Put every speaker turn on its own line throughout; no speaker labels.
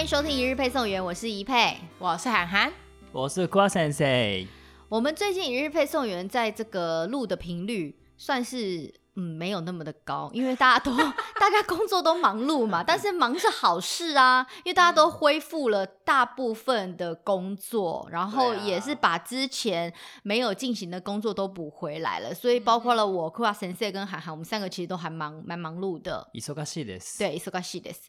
迎收听一日配送员，我是怡佩，
我是涵涵。
我是 Qua Sensei，
我们最近一日配送员在这个录的频率算是嗯没有那么的高，因为大家 都大家工作都忙碌嘛，但是忙是好事啊，因为大家都恢复了大部分的工作，然后
对啊
也是把之前没有进行的工作都补回来了，所以包括了我 Kua Sensei 跟涵涵，我们三个其实都还蛮蛮忙碌的。
忙しいです。，
对，忙しいです。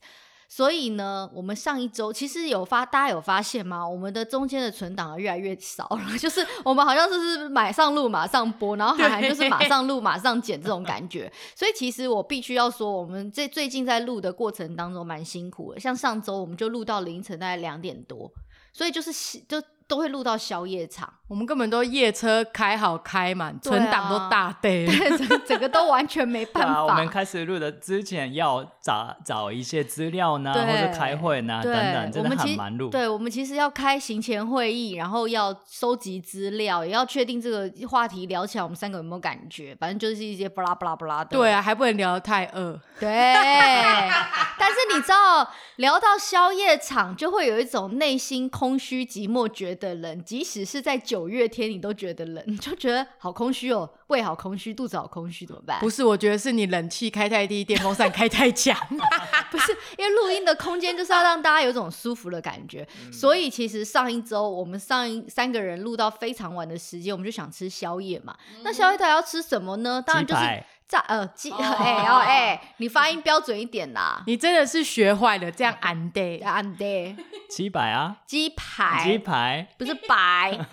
所以呢，我们上一周其实有发，大家有发现吗？我们的中间的存档啊越来越少了， 就是我们好像就是买上录马上播，然后韩寒就是马上录马上剪这种感 觉。所以其实我必须要说，我们这最近在录的过程当中蛮辛苦的，像上周我们就录到凌晨大概两点多，所以就是就都会录到宵夜场。
我们根本都夜车开好开满，
对啊
存档都大 堆。
整整个都完全没办
啊，
法。
我们开始录的之前要找找一些资料呢，
对
或者开会呢等
对，
等，啊真
我
的
们其
很
实
忙碌。
对我们其实要开行前会议，然后要收集资料，也要确定这个话题聊起来我们三个有没有感觉。反正就是一些巴拉巴拉巴拉的。
对啊，还不能聊得太饿。
对。但是你知道，聊到宵夜场，就会有一种内心空虚、寂寞，觉得冷。即使是在九月天，你都觉得冷，你就觉得好空虚哦，胃好空虚，肚子好空虚，怎么办？
不是，我觉得是你冷气开太低，电风扇开 太强。
不是，因为录音的空间就是要让大家有一种舒服的感觉，
嗯
所以其实上一周我们上一三个人录到非常晚的时间，我们就想吃宵夜嘛。那宵夜到底要吃什么呢？当然就是
嗯鸡排
炸呃鸡
哦
哎哦哎，你发音标准一点啦。
你真的是学坏了，这样 安 day。
啊对，
鸡排啊，
鸡
鸡
排
排。
不是白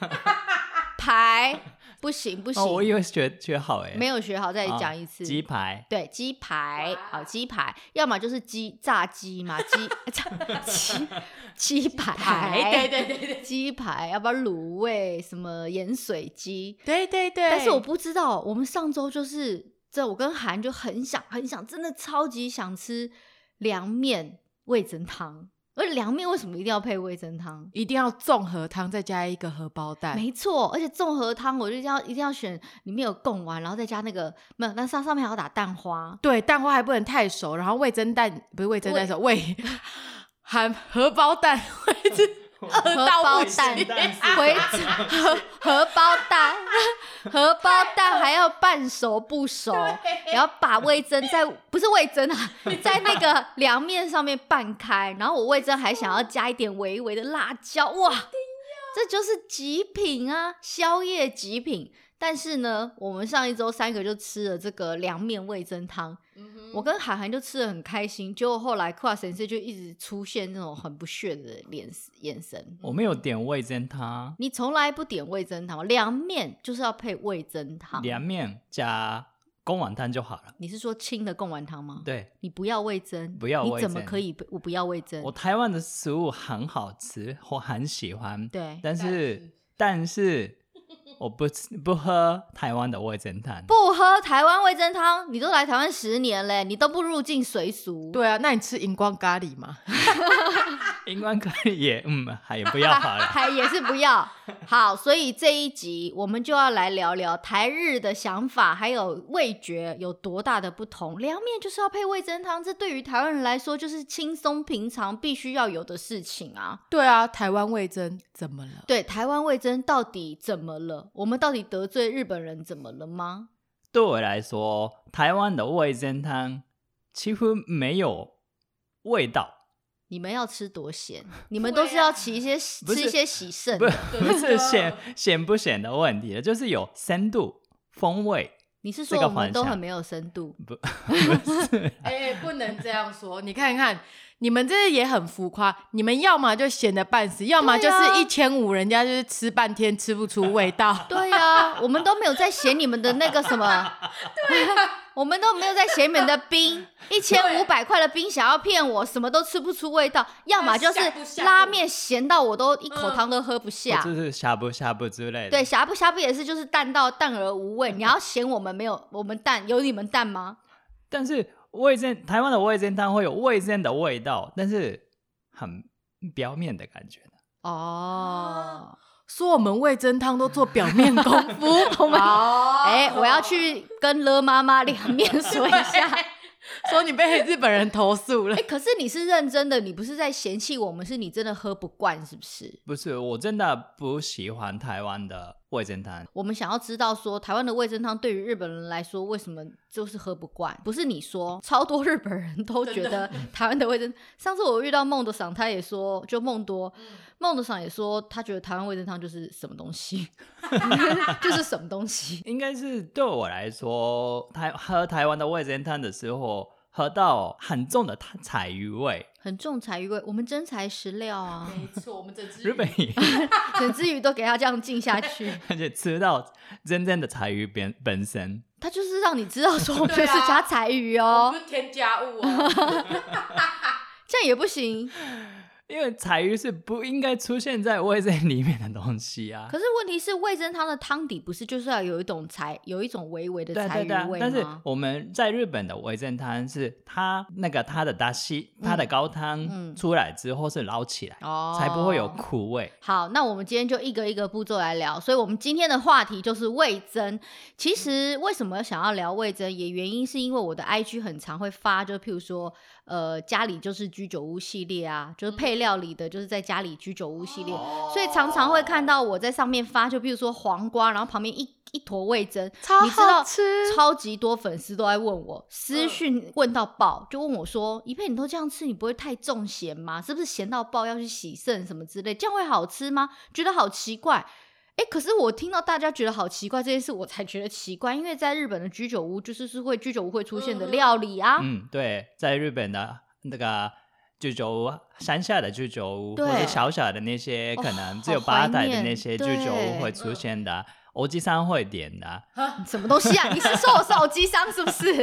排，不行不行，
哦，我以为学学好哎，
没
有
有学好，再讲一次。
鸡排，
对，鸡排，好鸡排，要么就是鸡炸鸡嘛，鸡 炸鸡鸡排，
对对对对
鸡排，要不要卤味，什么盐水鸡。
对对对。
但是我不知道，我们上周就是这，我跟韩就很想很想，真的超级想吃凉面味噌汤。而凉面为什么一定要配味噌汤？
一定要综合汤，再加一个荷包蛋。
没错，而且综合汤我就一定要一定要选里面有贡丸，然后再加那个没有，那上上面还要打蛋花。
对，蛋花还不能太熟，然后味增蛋不是味增
味
蛋熟，味 含荷包蛋 味增
荷
二到
包
不
蛋
行。
回荷荷包蛋， 荷包蛋还要半熟不熟，然后把味噌在不是味噌啊， 在那个凉面上面拌开，然后我味噌还想要加一点微微的辣椒，哇，这就是极品啊，宵夜极品。但是呢，我们上一周三个就吃了这个凉面味噌汤，我跟韩寒就吃的很开心，结果后来库拉神社就一直出现那种很不屑的脸眼神。
我没有点味噌汤，
你从来不点味噌汤，凉面就是要配味噌汤。
凉面加公碗汤就好了。
你是说清的贡丸汤吗？
对
你不要味噌，
不要味噌
你怎么可以不？我不要味噌。
我台湾的食物很好吃，我很喜欢，
对，
但是但是我不吃不喝台湾的味噌汤。
不喝台湾味噌汤，你都来台湾十年嘞，你都不入境随俗。
对啊，那你吃荧光咖喱吗？
荧光可以也嗯，还也不要 好了。
还也是不要 好，所以这一集我们就要来聊聊台日的想法，还有味觉有多大的不同。凉面就是要配味噌汤，这对于台湾人来说就是轻松平常必须要有的事情啊。
对啊，台湾味增怎么了？
对，台湾味噌到底怎么了？我们到底得罪日本人怎么了吗？
对我来说，台湾的味噌汤几乎没有味道，
你们要吃多咸？你们都是
啊
要起一些、
不
吃
是
一些喜胜
不
的？
不是咸咸不咸的问题了，就是有深度、风味。
你是说
这个
我们
反
都很
向
没有深度？
哎、不能这样说。你看看，你们这也很浮夸。你们要么就闲得半死，要么
对
就
啊。
是一千五，人家就是吃半天吃不出味道
对呀、我们都没有在嫌你们的那个什 么，我们都没有在嫌你们的冰，一千五百块的冰想要骗我，什么都吃不出味道，要么就
下不
是
下
拉
肚
面咸到我都一口
嗯
汤都喝不下。
就是呷哺呷哺之类的。
对，，呷哺呷哺也是，就是淡到淡而无味。你要嫌我们没有，我们淡有你们淡吗？
但是味噌台湾的味噌汤会有味噌的味道，但是很表面的感觉。
哦，
说我们味增汤都做表面功夫， 我们
哎哎、我要去跟了妈妈两面说一下，
说你被日本人投诉了
哎、。可是你是认真的，你不是在嫌弃我们，是你真的喝不惯，是不是？
不是，我真的不喜欢台湾的味噌汤。
我们想要知道说，台湾的味噌汤对于日本人来说，为什么就是喝不惯？不是你说，超多日本人都觉得台湾的味噌。上次我遇到孟德赏，他也说，就孟多，孟德赏也说，他觉得台湾味噌汤就是什么东西， 就是什么东西。
应该是对我来说，台喝台湾的味噌汤的时候，喝到很重的它柴鱼味。
很重柴鱼味，我们真材实料啊，
没错，我们这只
日本
嗯
也
整只鱼都给它这样浸下去，
而且吃到真正的柴鱼本本身，
它就是让你知道说我们就
对
是
啊
加柴鱼哦，
是添加物哦。
这样也不行。
因为柴鱼是不应该出现在味噌里面的东西啊。
可是问题是，味噌汤的汤底不是就是要有一种柴，有一种微微的
对
柴
对
鱼
对啊，
味
但是
吗？
我们在日本的味噌汤是它那个它的大西，它的高
嗯
汤出来之后是捞起来，
哦
才不会有。苦味。
好，那我们今天就一个一个步骤来聊。所以，我们今天的话题就是味增。其实，为什么想要聊味增，也原因是因为我的 IG 很常会发，就譬如说，呃，家里就是居酒屋系列啊，
嗯
就是配料理的，就是在家里居酒屋系列。所以常常会看到我在上面发，就譬如说黄瓜，然后旁边一一坨味噌，
超
你知道
好吃
超级多粉丝都在问我，私
嗯
讯问到爆，就问我说：“一佩，你都这样吃，你不会太重咸吗？是不是咸到爆要去洗肾什么之类？这样会好吃吗？觉得好奇怪。”哎，可是我听到大家觉得好奇怪这件事，我才觉得奇怪，因为在日本的居酒屋就是是会居酒屋会出现的
嗯
料理啊，
嗯，对，在日本的那个居酒屋，山下的居酒屋，
对
或者小小的那些
哦
可能只
好
有吧
怀
台的那
念
些居酒
对
屋会出
嗯
现的，欧吉桑会点的，
什么东西啊？你是受手机伤是不 是？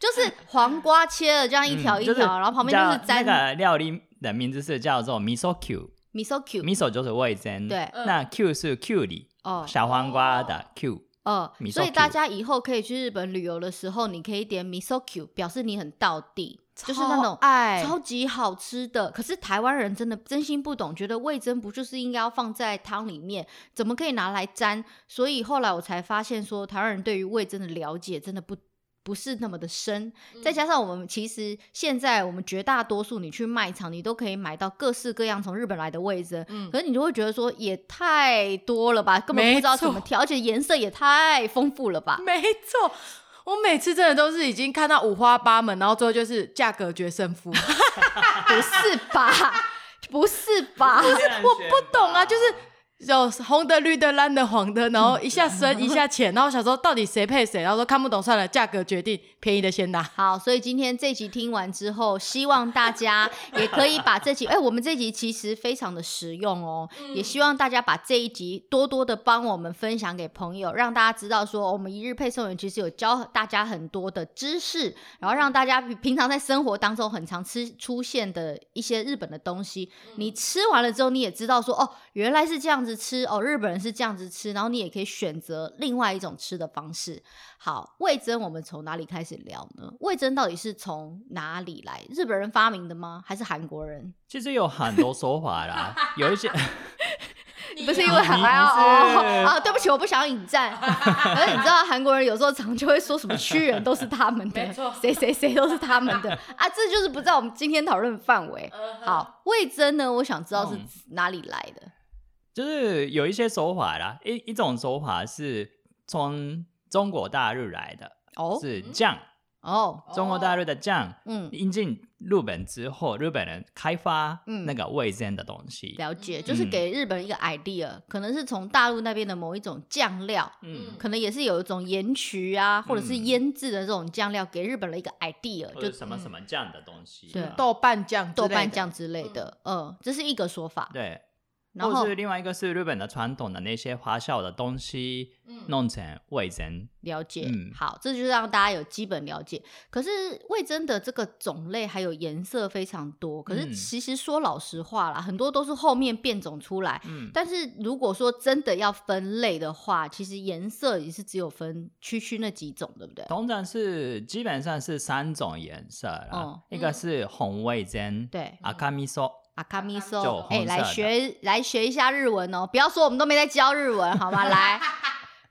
就是黄瓜切了这样一条
嗯
一
就
条，
是
然后旁边就是
叫
沾
那个料理的名字是叫做 miso q，miso
miso cube，
就是味噌，
对
嗯
那 q 是 q 里
哦
小黄瓜的 q，
呃，
miso
所以大
cube
家以后可以去日本旅游的时候，你可以点 miso q，表示你很到地，就是那种
爱
超级好吃的。可是台湾人真的真心不懂，觉得味噌不就是应该要放在汤里面，怎么可以拿来沾？所以后来我才发现说，台湾人对于味噌的了解真的不。不是那么的深，
嗯
再加上我们其实现在我们绝大多数你去卖场，你都可以买到各式各样从日本来的味噌，
嗯
可是你就会觉得说也太多了吧，根本不知道怎么
没
挑，而且颜色也太丰富了 吧。
嗯没错。我每次真的都是已经看到五花八门，然后最后就是价格决胜负。
不是吧？不是吧？
我不
懂啊，就是有红的、绿的、蓝的、黄的，然后一下深一下浅，然后想说到底谁配谁，然后说看不懂算了，价格决定，便宜的先拿。
好，所以今天这集听完之后，希望大家也可以把这集，哎、我们这集其实非常的实用哦，也希望大家把这一集多多的帮我们分享给朋友，让大家知道说，我们一日配送员其实有教大家很多的知识，然后让大家平常在生活当中很常吃出现的一些日本的东西，你吃完了之后，你也知道说，哦，原来是这样子吃，哦，日本人是这样子吃，然后你也可以选择另外一种吃的方式。好，味噌我们从哪里开始聊呢？味噌到底是从哪里来？日本人发明的吗？还是韩国人？
其实有很多说法啦，有一些
不 是因为韩
你
国
你
哦
是
啊，对不起，我不想引 战。可是你知道韩国人有时候常就会说什么屈原都是他们的
没错，
谁谁谁都是他们 的啊，这就是不在我们今天讨论的范围。好，味噌呢，我想知道是
嗯
哪里来的。
就是有一些手法啦，一一种手法是从中国大陆来的，
哦
是酱，
哦，
中国大陆的酱
嗯，
引进日本之后，日本人开发
嗯
那个味噌的东西，
了解，就是给日本人一个 idea，可能是从大陆那边的某一种酱料，
嗯，
可能也是有一种盐曲啊，或者是
嗯
腌制的这种酱料，给日本的一个 idea，
或
就
者什么什么酱的东西，
对
豆瓣酱，
嗯豆瓣酱，之类的，嗯，这是一个说法。
对，
然
或
后
是另外一个是日本的传统的那些花哨的东西，弄成味噌，
了解，
嗯
好，这就是让大家有基本了解。可是味噌的这个种类还有颜色非常多，可是
嗯
其实说老实话啦，很多都是后面变种出来。
嗯，
但是如果说真的要分类的话，其实颜色也是只有分区区那几种，对不对？
通常是基本上是三种颜色
哦
啦，一个是红味噌，
对
阿卡米索，
阿卡米
就
索，
红
哎、
色
来
的
学来学一下日文哦！不要说我们都没在教日文，好吗？来，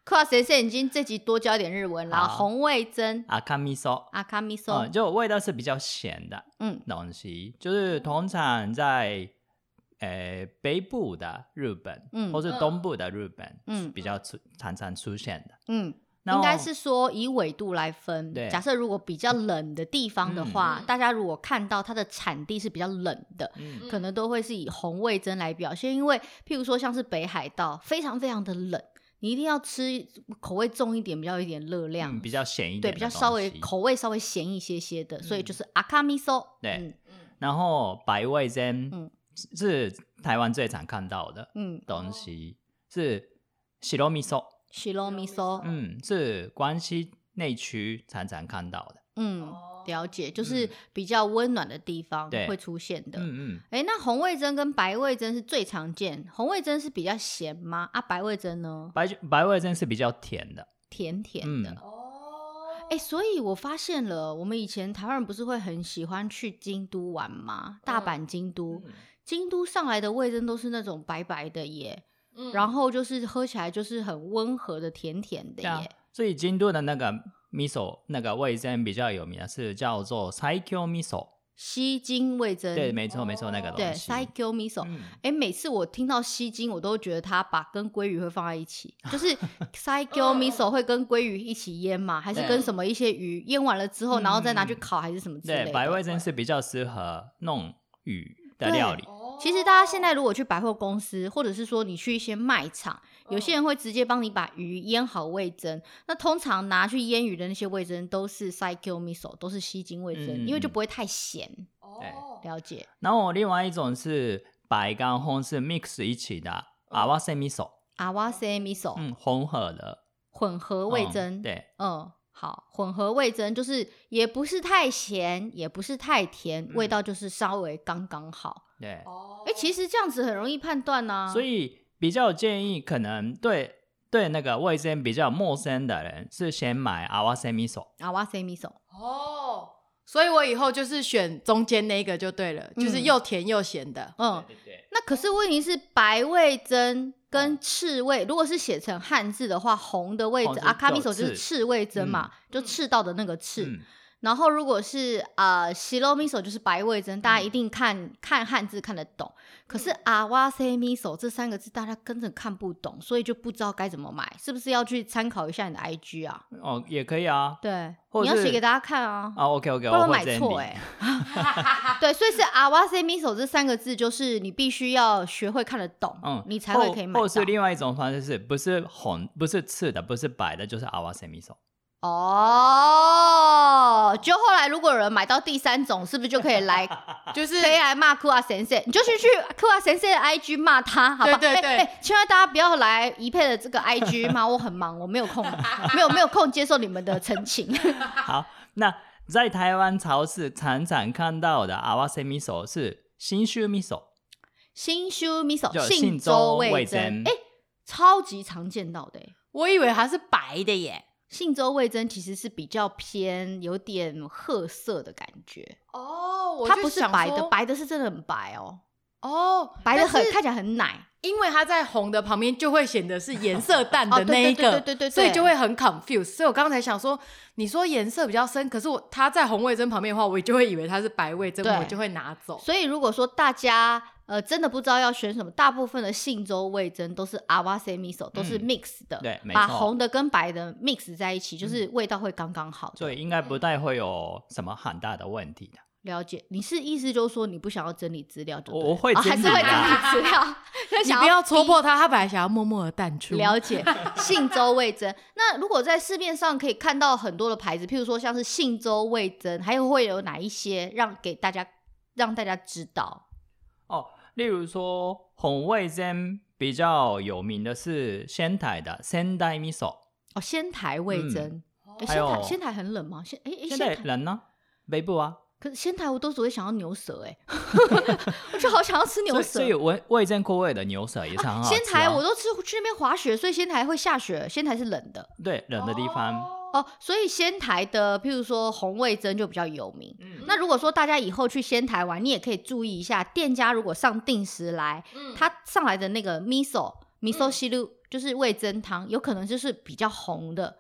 跨谁现已经这集多教一点日文啦。
好
红味噌
阿卡米索，
阿卡米
嗯，
松，
就味道是比较咸的
嗯，
东西，就是通常在呃北部的日本，
嗯
或是东部的日本，
嗯
嗯，比较出常常出现的。
嗯，
然
应该
后
是说以纬度来分。
对
假设如果比较冷的地方的话，
嗯
大家如果看到它的产地是比较冷的。
嗯
可能都会是以红味噌来表现，因为譬如说像是北海道，非常非常的冷，你一定要吃口味重一点，比较有一点热量，
嗯比较咸一
对，
点，
比较稍微。口味稍微咸一些些的，所以就是阿卡米索。
嗯对
嗯
然后白味噌，
嗯
是是台湾最常看到的
嗯，
东西，是西罗米
哦
索，
西罗米索。
嗯，是关西内区常常看到的。
嗯，
哦
了解，就是比较温暖的地方
对
会出现的。
嗯嗯，
哎，那红味噌跟白味噌是最常见，红味噌是比较咸吗？啊，白味噌呢，
白白味噌是比较甜的，
甜甜
嗯
的。
哦
哎、所以我发现了，我们以前台湾人不是会很喜欢去京都玩吗？大
嗯
阪、京都，京都上来的味噌都是那种白白的耶，
嗯
然后就是喝起来就是很温和的、甜甜的
对啊
耶。，
所以京都的那个 miso 那个味噌比较有名的是叫做 s a i k o miso，
西京味噌，
对，没错没错，那个
嗯对
东西。
，Saikyo miso，
嗯
哎、每次我听到西京，我都觉得它把跟鲑鱼会放在一 起，就是 saikyo miso 会跟鲑鱼一起腌嘛，还是
对
跟什么一些鱼腌完了之后，然后再拿去
嗯
烤，还是什么之类
对，
的。
白味噌是比较适合弄鱼的料理。
哦
其实大家现在如果去百货公司，或者是说你去一些卖场，
嗯
有些人会直接帮你把鱼腌好味噌。那通常拿去腌鱼的那些味噌都是 saikyo miso，都是西京味噌，
嗯
因为就
嗯
不会太咸。
哦
了解，
然后另外一种是白跟红是 mix 一起
哦
的，阿瓦塞 miso，
阿瓦塞 miso、
嗯，混合的
混合味噌、
嗯对，
嗯，好，混合味噌就是也不是太咸，也不是太甜，味
嗯
道就是稍微刚刚好。
对，
哦
哎、其实这样子很容易判断呐、
所以比较建议可能对对那个味噌比较陌生的人是先买阿瓦塞 miso，
啊哇塞米手，
哦，所以我以后就是选中间那个就对了，就是
嗯
又甜又咸的。
嗯，
对对，
那可是问题是白味噌
哦
跟赤味，如果是写成汉字的话，红的味
红
噌
是
啊卡米手
哦叫
就是
赤
赤味噌嘛，就赤道的那个赤。
嗯
然后如果是呃西罗米手就是白味噌，
嗯
大家一定看、看汉字看得懂。可是阿哇塞米手这三个字大家根本看不懂，所以就不知道该怎么买，是不是要去参考一下你的 IG 啊？
哦也可以啊，
对，
或
你要
是
写给大家看啊。
啊 OK OK，
不然
我
我
会
买
这样
错
理
哎、 对，所以是阿哇塞米手这三个字，就是你必须要学会看得懂，
嗯，
你才会
或
可以买
或是
到。
另外一种方式是，不是红，不是赤的，不是白的，就是阿瓦塞米索。
哦，就后来如果有人买到第三种，是不是就可以来，
就是
可以来骂库啊神社？你就去去库啊神社的 IG 骂他，好吧？
对对
哎
对
哎千万大家不要来一配的这个 IG 骂我很忙，我没有空，没有没有空接受你们的陈 情。
好，那在台湾超市常常看到的阿瓦塞米索是新须米索，
新修米手
就
信
信
州
州
味
味
噌，
噌
哎、超级常见到的、哎
我以为它是白的耶。
信州味噌其实是比较偏有点褐色的感觉，
哦，我
它
就
不是
想
白的，
说
白的是真的很白哦，
哦，
白的
但
很
是
看起来很奶。
因为它在红的旁边就会显得是颜色淡
哦
的
对
那一
对
个，
对对对对
所以就会很 confused。所以我刚才想说，你说颜色比较深，可是我它在红味噌旁边的话，我就会以为它是白味噌
对，
我就会拿走。
所以如果说大家呃真的不知道要选什么，大部分的信州味噌都是阿瓦塞米手，都是 mix 的，
嗯对没
把
错嗯
红的跟白的 mix 在一起，就是味道会刚刚好的。
所以应该不太会有什么很大的问题的。
了解，你是意思就是说你不想要整理资料就对了，
我我会
哦还是
整
会
理
整
啊
理资料，就
你
想
不要戳破它，它本来想要默默的淡出。
了解信州味噌。那如果在市面上可以看到很多的牌子，譬如说像是信州味噌，还有会有哪一些让给大家让大家知道？
哦，例如说红味噌比较有名的是仙台的仙台米索，
哦，仙台味噌，诶
嗯还
仙台
有
仙台很冷吗？仙哎哎，仙
现在
台
人呢？北部啊，
可是仙台我都只会想要牛舌哎、 我就好想要吃牛
所以
舌
所。以味味噌口味的牛舌也是很好吃、啊
仙台我都吃去那边滑雪，所以仙台会下雪，仙台是冷的
对冷的地方，
哦，所以仙台的譬如说红味噌就比较有名。
嗯
那如果说大家以后去仙台玩，你也可以注意一下，店家如果上定时来，
嗯
嗯
它上来的那个 miso miso 西露就是味增汤，有可能就是比较红的，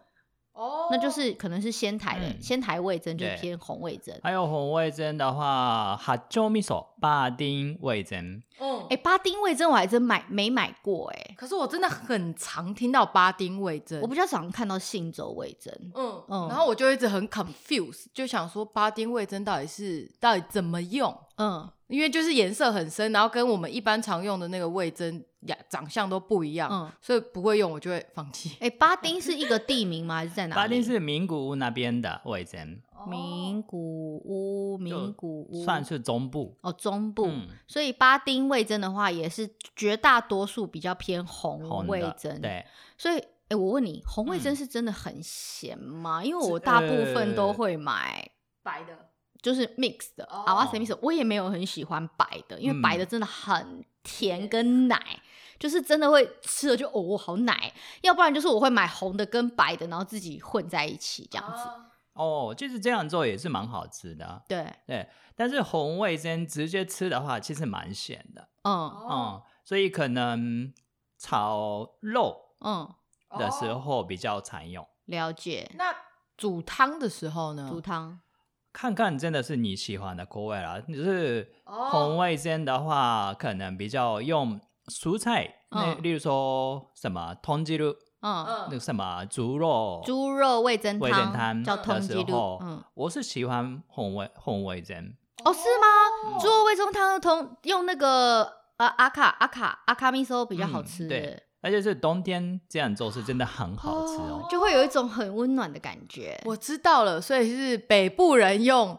哦
那就是可能是仙台的、
嗯
仙台味增，就是
对
偏红味增。
还有红味噌的话，哈椒米索巴丁味噌，
嗯，
哎、巴丁味增我还真买没买过哎、
可是我真的很常听到八丁味增
我，比较常看到信州味增。
嗯
嗯
然后我就一直很 confuse，就想说八丁味增到底是到底怎么用？
嗯
因为就是颜色很深，然后跟我们一般常用的那个味增呀长相都不一样，
嗯，
所以不会用我就会放弃。
哎、巴丁是一个地名吗？还是在哪里？
巴丁是名古屋那边的味噌，
哦 名古屋，名古屋
算是中部。
哦中部。
嗯
所以巴丁味增的话，也是绝大多数比较偏红
红
味
的
增。，
对，
所以，哎、我问你，红味增
嗯呃
是真的很咸吗？因为我大部分都会买，
白的，
就是 mix 的
哦
阿瓦塞 mix，我也没有很喜欢白的，因为
嗯
白的真的很甜跟奶，就是真的会吃了就哦好奶，要不然就是我会买红的跟白的，然后自己混在一起这
这
样子。
哦，就是这样做也是蛮好吃的。
对，
对，但是红味噌直接吃的话，其实蛮咸的。
嗯
嗯，所以可能炒肉
嗯，
的时候比较常用。
了解。
那煮汤的时候呢？
煮汤，
看看真的是你喜欢的口味啦，就是
哦
红味噌的话，可能比较用蔬菜，那、
嗯
例如说什么通鸡肉，
嗯，
那个
嗯，
什么猪肉、
猪肉味增
味噌
汤
汤
叫通
的
鸡
时
路
候，，
嗯，
我是喜欢红味红嗯味噌，
哦是吗？猪肉味增汤通用那个呃阿卡阿卡阿卡米索比较好
嗯
吃，
对，而且是冬天这样做是真的很好吃哦。
就会有一种很温暖的感觉。
我知道了，所以是北部人用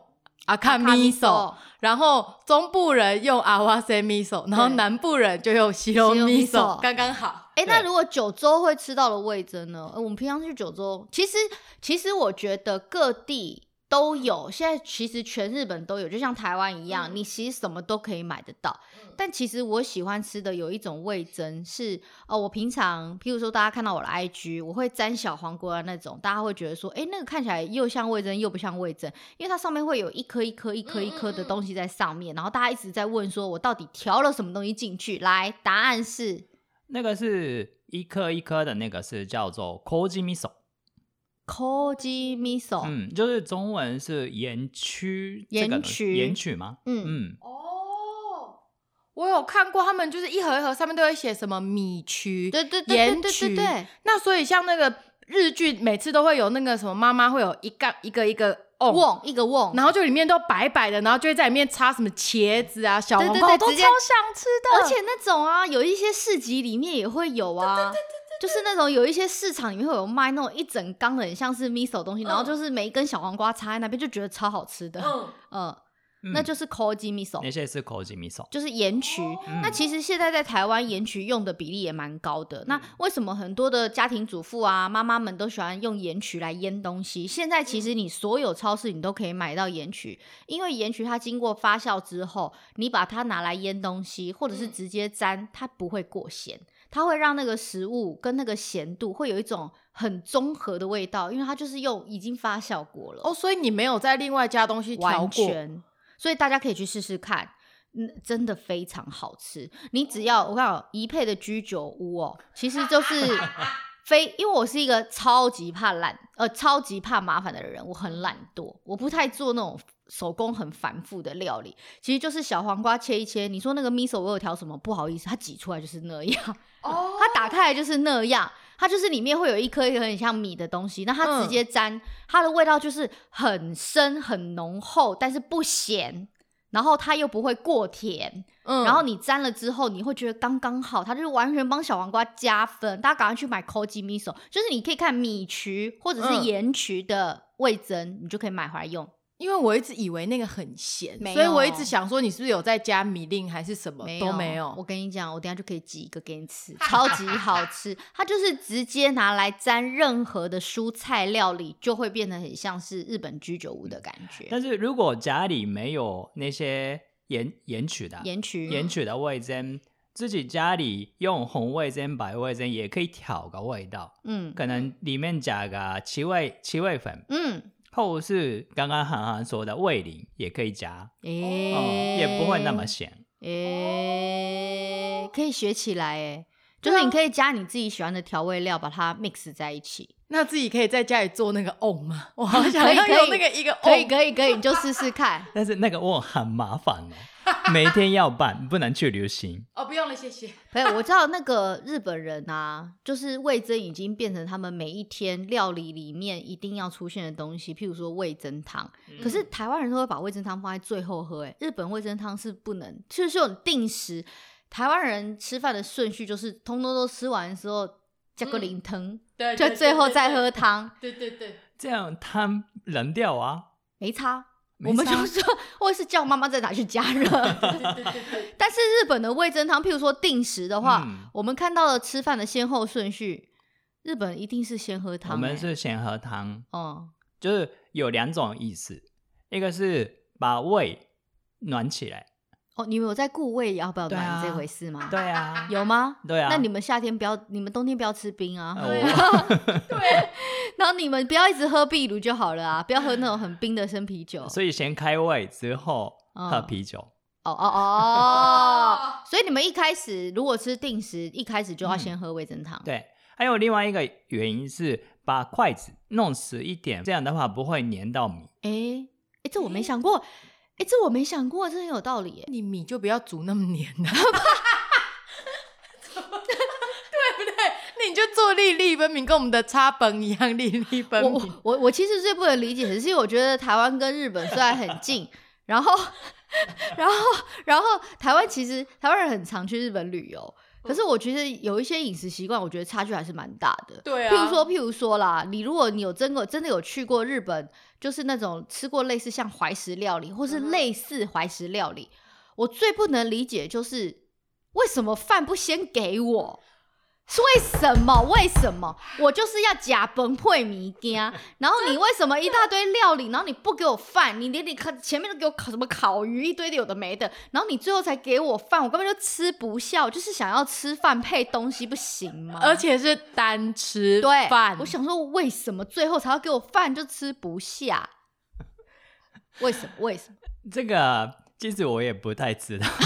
阿卡
阿卡
米
米
索
索，
然后中部人用阿瓦塞米索，然后
对
南部人就用西隆米
西隆米
索，
索
刚刚好。
哎、那
对
如果九州会吃到的味噌呢？呃我们平常去九州，其实其实我觉得各地都有，现在其实全日本都有，就像台湾一样，
嗯
你其实什么都可以买得到。但其实我喜欢吃的有一种味噌是，哦，我平常譬如说大家看到我的 IG，我会沾小黄瓜那种，大家会觉得说，哎、那个看起来又像味噌又不像味噌，因为它上面会有一颗一颗一颗一颗的东西在上面，然后大家一直在问说我到底调了什么东西进去？来，答案是。
那个是一颗一颗的那个是叫做 koji miso，、
koji miso，嗯
嗯，就是中文是盐曲，这个
盐曲
盐曲吗？嗯，
哦，我有看过，他们就是一盒一盒上面都会写什么米曲，
对对对
盐
对对
曲
对对，
那所以像那个日剧，每次都会有那个什么妈妈会有一杠一个一个瓮，
瓮一个瓮，
然后就里面都白白的，然后就会在里面插什么茄子啊、小
对
黄
对
瓜，
对
我都超
直接
想吃的。
而且那种啊，有一些市集里面也会有啊，就是那种有一些市场里面会有卖那种一整缸的，很像是 miso 的东西，然后
嗯
就是每一根小黄瓜插在那边，就觉得超好吃的，
嗯，
嗯，
嗯
那就是 koji
那
miso。
些是 koji miso。
就是盐曲，
嗯
那其实现在在台湾盐曲用的比例也蛮高的。那为什么很多的家庭主妇啊、妈妈们都喜欢用盐曲来腌东西？现在其实你所有超市你都可以买到盐曲，因为盐曲它经过发酵之后，你把它拿来腌东西，或者是
嗯
直接沾，它不会过咸，它会让那个食物跟那个咸度会有一种很综合的味道，因为它就是用已经发酵过了。
哦，所以你没有再另外加东西调
完
过，
全，所以大家可以去试试看。嗯，真的非常好吃。你只要我看哦一配的居酒屋哦，其实就是非，因为我是一个超级怕懒，呃，超级怕麻烦的人，我很懒惰，我不太做那种手工很繁复的料理。其实就是小黄瓜切一切，你说那个 miso 我有调什么？不好意思，它挤出来就是那 样。
哦，
它打开来就是那样，它就是里面会有一颗一颗很像米的东西，那它直
嗯
接沾，它的味道就是很深很浓厚，但是不咸，然后它又不会过甜，
嗯
然后你沾了之后，你会觉得刚刚好，它就是完全帮小黄瓜加分。大家赶快去买 koji miso，就是你可以看米曲或者是
嗯
盐曲的味增，你就可以买回来用。
因为我一直以为那个很咸，
没有
所以我一直想说你是不是有在加米令还是什么
没有
都没有
我。跟你讲，我等一下就可以挤一个给你 吃，超级好吃。它就是直接拿来沾任何的蔬菜料理，就会变得很像是日本居酒屋的感觉。
嗯
但是如果家里没有那些盐盐曲的
盐曲，
盐曲的味噌，自己家里用红味噌、白味噌也可以调个味道，
嗯
可能里面加个七味七味粉，
嗯，
或是刚刚涵涵说的味淋也可以加，
哦
哦
诶、
嗯，也不会那么咸。
诶、可以学起来诶、欸
啊
就是你可以加你自己喜欢的调味料，把它 mix 在一起。
那自己可以在家里做那个 on 吗？我好想
可以
要
可以
有那个一个 on，
可以，可以，可以，你就试试看。
但是那个我很麻烦哦， 每天要办，不能去旅行。
哦，不用了，谢谢。
朋友，我知道那个日本人啊，就是味增已经变成他们每一天料理里面一定要出现的东西，譬如说味增汤。可
嗯
是台湾人都会把味增汤放在最后喝、欸，日本味增汤是不能，就是有定时。台湾人吃饭的顺序就是通通都吃完之后加个零汤，
嗯 对，
就
对
最后再喝。汤，
对对对对对，
这样汤冷掉啊。
没差。
没
我们
差
就说， 或是叫妈妈再拿去加 热。但是日本的味增汤，譬如说定时的话，
嗯
我们看到了吃饭的先后顺序，日本一定是先喝汤、欸。
我们是先喝汤，
哦、
就是有两种意思，一个是把胃暖起来，
哦，你们有在顾胃要不要
对
暖、
啊
这回事吗？
对啊，
有吗？
对啊。
那你们夏天不要，你们冬天不要吃冰啊，
呃我
然后你们不要一直喝啤酒就好了啊，不要喝那种很冰的生啤酒。
所以先开胃之后
嗯
喝啤酒，
哦哦哦， 所以你们一开始如果吃定时，一开始就要先喝味增汤。
嗯对。还有另外一个原因是把筷子弄死一点，这样的话不会粘到米。
哎、诶这我没想过，哎、这我没想过，这很有道理耶。
你米就不要煮那么黏的，啊 对不对？你就做粒粒分明，跟我们的叉本一样，粒粒分
我
明。
我我我其实最不能理解的是，因为我觉得台湾跟日本虽然很近，然后然后然后台湾其实台湾人很常去日本旅游，可
嗯
是我觉得有一些饮食习惯，我觉得差距还是蛮大的。
对啊
譬如说，譬如说啦，你如果你有真的真的有去过日本，就是那种吃过类似像怀石料理，或是
嗯哼
类似怀石料理，我最不能理解就是为什么饭不先给我。是为什么？为什么我就是要假崩溃迷羹？啊然后你为什么一大堆料理，然后你不给我饭？你连你看前面都给我烤什么烤鱼，一堆的有的没的，然后你最后才给我饭，我根本就吃不下，我就是想要吃饭配东西，不行吗？
而且是单吃
对
饭，
我想说，为什么最后才要给我饭就吃不下？ 为什么？为什么？
这个其实我也不太知道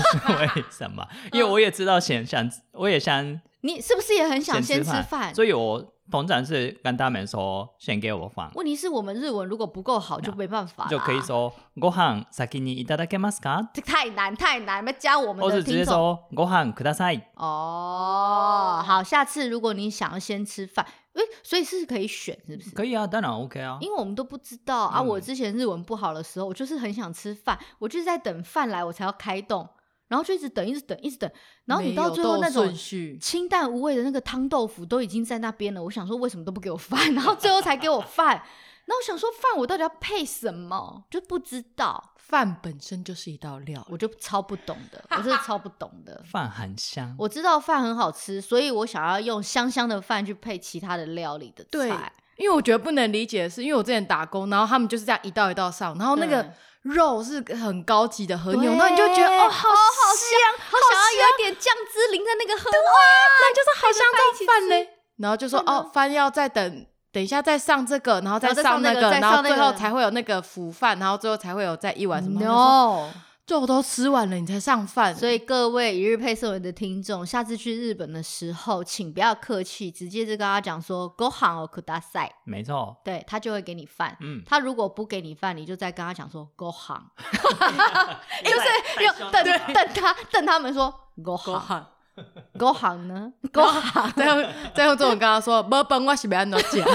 为什么，因为
嗯
我也知道想想，我也想
你是不是也很想先
先
吃饭？
所以我通常是跟他们说先给我饭，
问题是我们日文如果不够好，就没办法啦
就可以说 ご飯先にいただけますか，
这太难太难，要加我们
或
的
哦是直
听
接
众
说ご飯ください。
哦。好，下次如果你想要先吃饭，诶，所以是可以选，是不是？
可以啊，当然 OK 啊。
因为我们都不知道啊，
嗯
我之前日文不好的时候，我就是很想吃饭，我就是在等饭来我才要开动，然后就一直等，一直等，一直等，然后你到最后那
没有
种
顺序，
清淡无味的那个汤豆腐都已经在那边了，我想说为什么都不给我饭， 然后最后才给我饭，然后我想说饭我到底要配什么，就不知道，
饭本身就是一道料。
我就超不懂的，我真的超不懂的。
饭很香，
我知道饭很好吃，所以我想要用香香的饭去配其他的料理的
对
菜。
因为我觉得不能理解的是，因为我之前打工，然后他们就是这样一道一道上，然后那个
嗯
肉是很高级的和牛，
对
那你就觉得哦，好
哦好
香，
好啊想要有点酱汁淋在那个喝
那就是好
配着
香这
饭
种
一起
饭呢。然后就说
真的
哦，饭要再等，等一下再上这个，然后
然后再
上
上那个再
然后
上那
最后
个
才会有那个腐饭，然后最后才会有再一碗什么。然后
，no。
就说肉都吃完了，你才上饭，
所 以各位一日配送员的听众，下次去日本的时候，请不要客气，直接就跟他讲说 “go h a n o k u d a s a
没错。
对他就会给你饭。
嗯，
他如果不给你饭，你就再跟他讲说 “go h a n
就是
要等等他等他们说 “go h
够
a n
好。
go h a n 呢 go h a n
最后最后中文跟他说：“ 没本我是要安啊 怎讲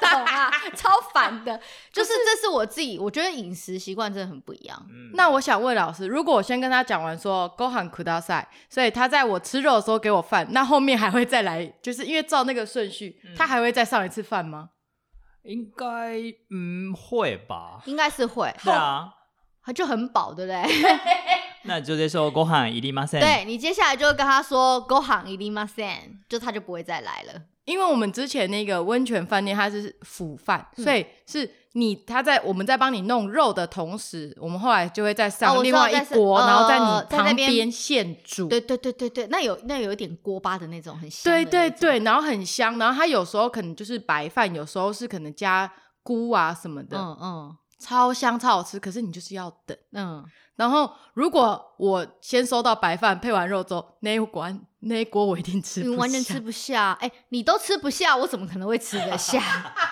懂啊，超烦的。就是这是我自己，我觉得饮食习惯真的很不一样。
嗯
那我想问老师，如果我先跟他讲完说“勾行苦大赛”，所以他在我吃肉的时候给我饭，那后面还会再来，就是因为照那个顺序，他还会再上一次饭吗？
应该嗯会吧？
应该是会，
对啊，
就很饱，对不 对？
那就是说ご飯いりません。
对你接下来就跟他说 “go han i d i m a s e n 就他就不会再来了。
因为我们之前那个温泉饭店它是腐饭，
嗯
所以是你他在我们在帮你弄肉的同时，我们后来就会再
哦
上
我知
另
道
外
再
一
是
锅，然后在
呃
你
在那
旁
边
边现煮。
对对对对对，那有那有一点锅巴的那种，很香。
对对，对，然后很香，然后它有时候可能就是白饭，有时候是可能加菇啊什么的，
嗯嗯
超香超好吃。可是你就是要等。
嗯，
然后如果我先收到白饭配完肉之后，那一碗那一锅我一定吃不
你
下，
完全吃不下。哎、你都吃不下，我怎么可能会吃得下？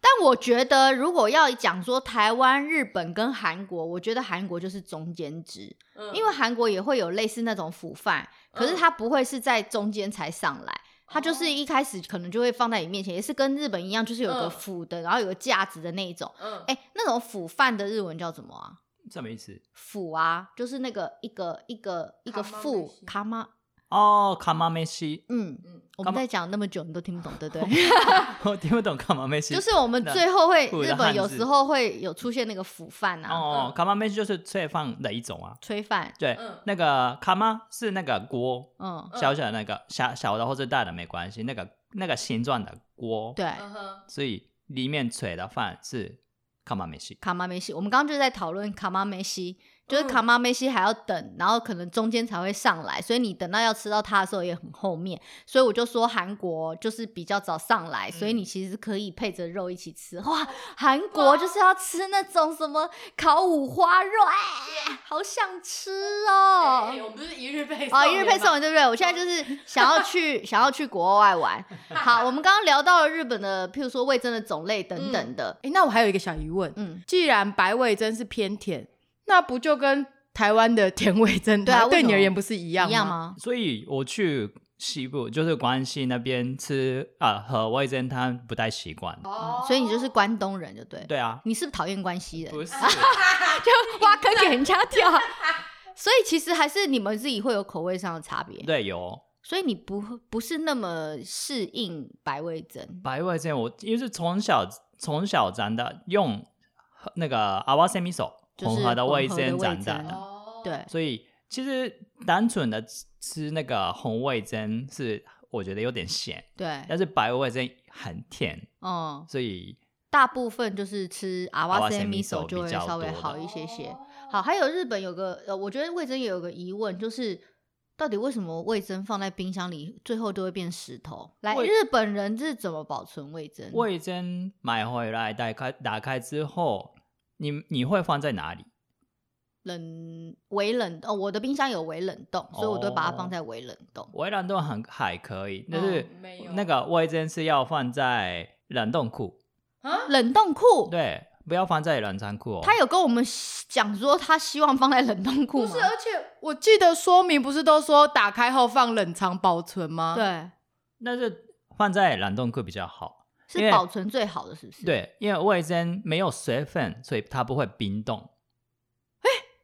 但我觉得，如果要讲说台湾、日本跟韩国，我觉得韩国就是中间值，
嗯
因为韩国也会有类似那种腐饭，可是
嗯
它不会是在中间才上
哦
来。它就是一开始可能就会放在你面前，也是跟日本一样，就是有个
嗯
腐的，然后有个架子的那一种。
嗯
哎、那种腐饭的日文叫什么啊？
什么意思？
腐啊，就是那个一个一个一个
卡妈
腐
美西
卡妈，
哦，卡玛梅西，
嗯，
嗯
我
干
们在
嘛
讲那么久，你都听不懂，对不对？
我听不懂卡玛梅西。
就是我们
那
最后会
腐
日
的汉
本有
字
时候会有出现那个腐饭啊，
哦
嗯，
卡玛梅西就是脆饭的一种啊。
炊饭，
对，
嗯
那个卡玛是那个锅，
嗯，
嗯
小小的那个小小的或者大的没关系，那个那个形状的锅。，
对，
嗯哼，
所以里面炊的饭是卡玛梅西。
卡玛梅西，我们刚刚就在讨论卡玛梅西，就是
嗯
卡玛梅西还要等，然后可能中间才会上来，所以你等到要吃到它的时候也很后面，所以我就说韩国就是比较早上来，所以你其实可以配着肉一起吃。哇，韩国就是要吃那种什么烤五花肉，哎，好想吃哦
哎。哎我们不是一日配
哦，一日
员
配
吗
送员对不对？我现在就是想要去 想要去国外玩。好，我们刚刚聊到了日本的，譬如说味噌的种类等等的，
哎、那我还有一个小疑问，
嗯，
既然白味噌是偏甜，那不就跟台湾的甜味噌
对啊
它
为
对
什
你
么
而言不是一样
一样？吗？
所以我去西部，就是关西那边吃啊，和味噌汤不太习惯。
哦，
所以你就是关东人就对。
对啊，
你是不是讨厌关西人？
不是
啊
就 挖坑给人家 跳。所以其实还是你们自己会有口味上的差别，
对有
所以你不不是那么适应白味噌。
白味噌，我因为是从小从小长大用那个阿瓦塞米手
就是
混合的味
混合的
噌
味
长大
噌
的，
哦，
对，
所以其实单纯的吃那个红味噌是我觉得有点咸，
对，
但是白味噌很甜，
嗯，
所以
大部分就是吃阿
阿
瓦
瓦
塞
塞
米
米
手
手
就会
比较
稍微
多的
好一些些。
哦
好，，还有日本有个呃，我觉得味噌也有个疑问，就是到底为什么味噌放在冰箱里最后都会变石头？来，
味
日本人是怎么保存味噌？
味噌买回来打开打开之后，你你会放在哪里？
冷微冷哦，我的冰箱有微冷冻，所以我都把它放
哦
在微冷冻。
微冷冻很还可以，但是
没有
那个味噌是要放在冷冻库，
啊，
冷冻库，
对，不要放在冷藏库哦。
他有跟我们讲说他希望放在冷冻库
不
吗
是，？而且
我记得说明不是都说打开后放冷藏保存吗？，
对，
但是放在冷冻库比较好。因
是
为
保存最好的，是不是？，
对，因为味噌没有水分，所以它不会冰冻。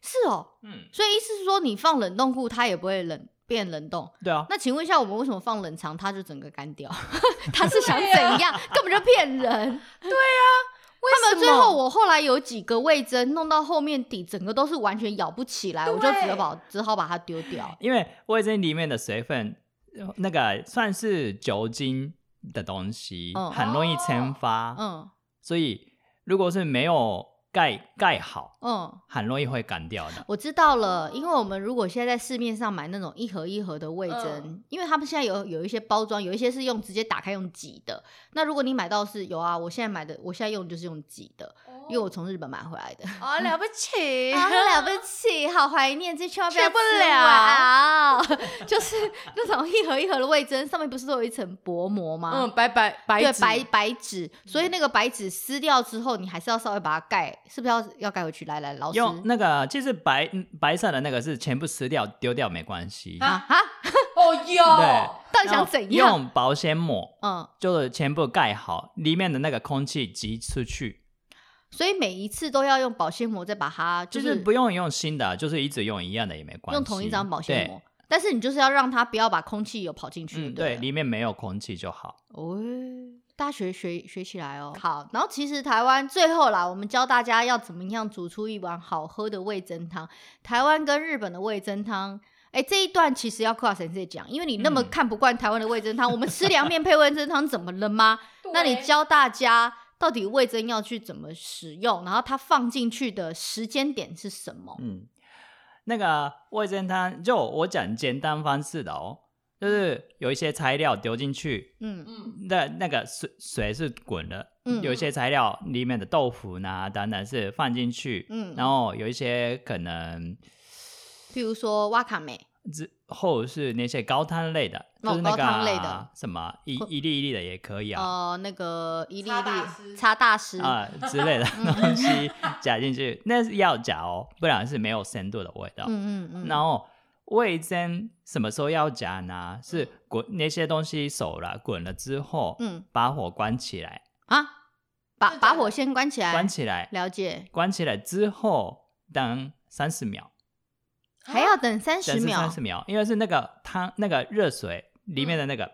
是哦。
嗯，
所以意思是说，你放冷冻库，它也不会冷变冷冻。
对啊，
那请问一下，我们为什么放冷藏它就整个干掉？ 他是想怎样？根本就骗 人。他
啊为什
们
么
最后我后来有几个味噌弄到后面底，整个都是完全咬不起来，我就只好把只好把它丢掉。
因为味噌里面的水分，呃那个算是酒精的东西，
嗯
很容易蒸发。
嗯
所以如果是没有盖盖好，
嗯，
很容易会干掉的。
我知道了，因为我们如果现在在市面上买那种一盒一盒的味噌，
嗯
因为他们现在有有一些包装，有一些是用直接打开用挤的。那如果你买到是有啊，我现在买的，我现在用的就是用挤的，因为我从日本买回来的。
哦了不起，
啊， 了不起，好怀念，这千万不要
吃不
吃
了
完 就是那种一盒一盒的味噌，上面不是都有一层薄膜吗？
嗯，白白白
对，
纸
白白纸，嗯所以那个白纸撕掉之后，你还是要稍微把它盖，是不是要要盖回去？来来，老师，
用那个其实白嗯白色的那个是全部撕掉丢掉没关系，
啊哈，
哦哟，
到底想怎
然后
样？
用保鲜膜
嗯，
就是全部盖好，里面的那个空气挤出去，
所以每一次都要用保鲜膜再把它，
就是是不用用新的，啊就是一直用一样的也没关系，
用同一张保鲜膜，但是你就是要让它不要把空气有跑进
对。
去，对
嗯，对，
了，
里面没有空气就好。
哦，大学学学起来哦。好，然后其实台湾最后啦，我们教大家要怎么样煮出一碗好喝的味噌汤。台湾跟日本的味噌汤，哎，这一段其实要跨神界讲，因为你那么
嗯
看不惯台湾的味噌汤，我们吃凉面配味噌汤怎么了吗？那你
教
教大家到底味噌要去怎么使用，然后它放进去的时间点是什么？
嗯，那个味噌汤就我讲简单方式的哦，就是有一些材料丢进去，
嗯
嗯
那那个水水是滚的，
嗯
有一些材料里面的豆腐呢等等是放进去，
嗯
然后有一些可能
譬如说哇卡梅，
只后是那些高汤类的，
哦
就是那个啊
高汤类的
什么一一粒一粒的也可以啊
哦，那个一粒
擦大
粒
师
擦大师，
啊、之类的
嗯
东西夹进去，那是要夹哦，不然是没有深度的味道。
嗯嗯嗯，
然后味增什么时候要夹呢？是滚那些东西熟了，滚了之后，
嗯
把火关起来，
啊，把
是
把
这样
火先关起来，
关起来，
了解，
关起来之后等三十秒，
啊
还要等三
等
十
是三
秒
十，秒，因为是那个汤那个热水里面的那个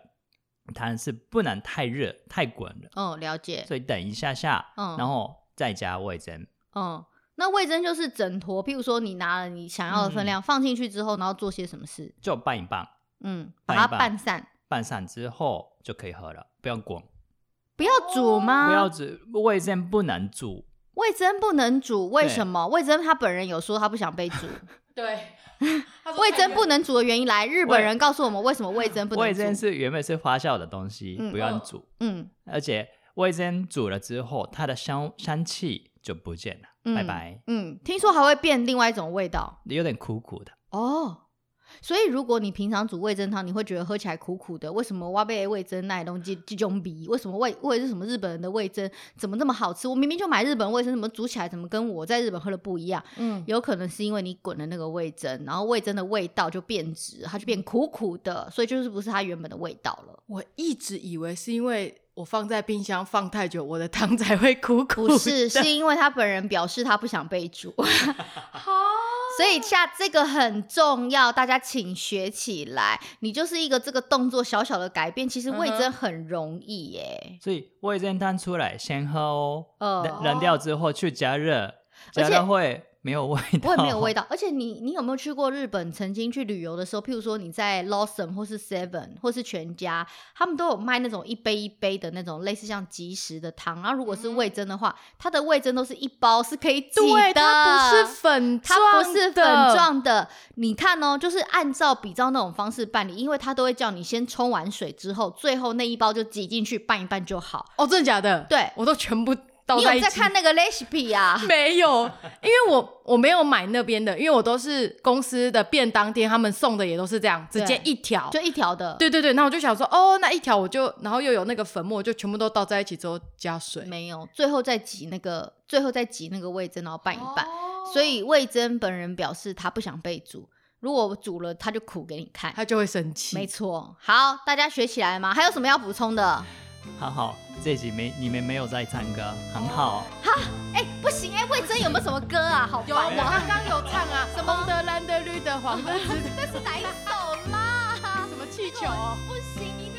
汤是不能太热太滚了，
嗯，了解，
所以等一下下，
嗯
然后再加味增。
嗯，那味增就是整坨，譬如说你拿了你想要的分
嗯
量、放进去之后，然后做些什么事，
就拌一拌，
嗯，把
拌
它
一拌
拌散，
拌散之后就可以喝了，不要滚，
不要煮
哦
吗？
不要只味增不能煮，
味增不能煮，为
对
什么？味增他本人有说他不想 被煮，
对，
味增不能煮的原因来，日本
味
人告诉我们为什么味增不能
味
煮。
增是原本是发酵的东西，
嗯
不要煮，
嗯，
而且味增煮了之后，它的香香气就不见了，
嗯
拜拜，
嗯，听说还会变另外一种味道
有点苦苦的。
哦。所以如果你平常煮味噌汤，你会觉得喝起来苦苦的。为什么挖贝味噌那东西这种比？为什么味或者是什么日本人的味噌怎么这么好吃？我明明就买日本味噌，怎么煮起来怎么跟我在日本喝的不一样？
嗯，
有可能是因为你滚的那个味噌，然后味噌的味道就变质，它就变苦苦的，所以就是不是它原本的味道了。
我一直以为是因为我放在冰箱放太久，我的汤才会苦苦的。
不是，是因为他本人表示他不想被 煮，
好，
所以下这个很重要，大家请学起来。你就是一个这个动作小小的改变，其实味增
嗯哼
很容易耶、
所以味增汤出来先喝哦，
呃
冷冷掉之后去加热，
而且
加热会没有味
不
道，
会没有味
道。
道，而且你你有没有去过日本？曾经去旅游的时候，譬如说你在 Lawson 或是 Seven 或是全家，他们都有卖那种一杯一杯的那种类似像即食的汤。然后如果是
嗯
味增的话，它的味增都是一包是可以挤的，
对，它不是粉状的，
它不是粉状的。你看哦，就是按照比照那种方式办理，因为它都会叫你先冲完水之后，最后那一包就挤进去拌一拌就好。
哦，真的假的？
对
我都全部倒
你
在
有
一
在
起。
看那个 recipe 啊？
没有，因为我我没有买那边的，因为我都是公司的便当店，他们送的也都是这样，直接
对
一条。
就一条的，
对对对，那我就想说，哦，那一条我就，然后又有那个粉末，我就全部都倒在一起之后加水。
没有，最后再挤那个，最后再挤那个味增，然后拌一拌。
哦
所以味增本人表示他不想被煮，如果我煮了他就苦给你看。
他就会生气。
没错，好，大家学起来吗？还有什么要补充的？
好好，这集没你们没有在唱歌，很好。
哎、不行哎、味增有没有什么歌啊？好
有
烦
啊，我
啊！
刚刚有唱啊，什么红的、蓝的、绿的、黄的、紫的，
这是哪一首啦？
什么气球哦、
不行，你哎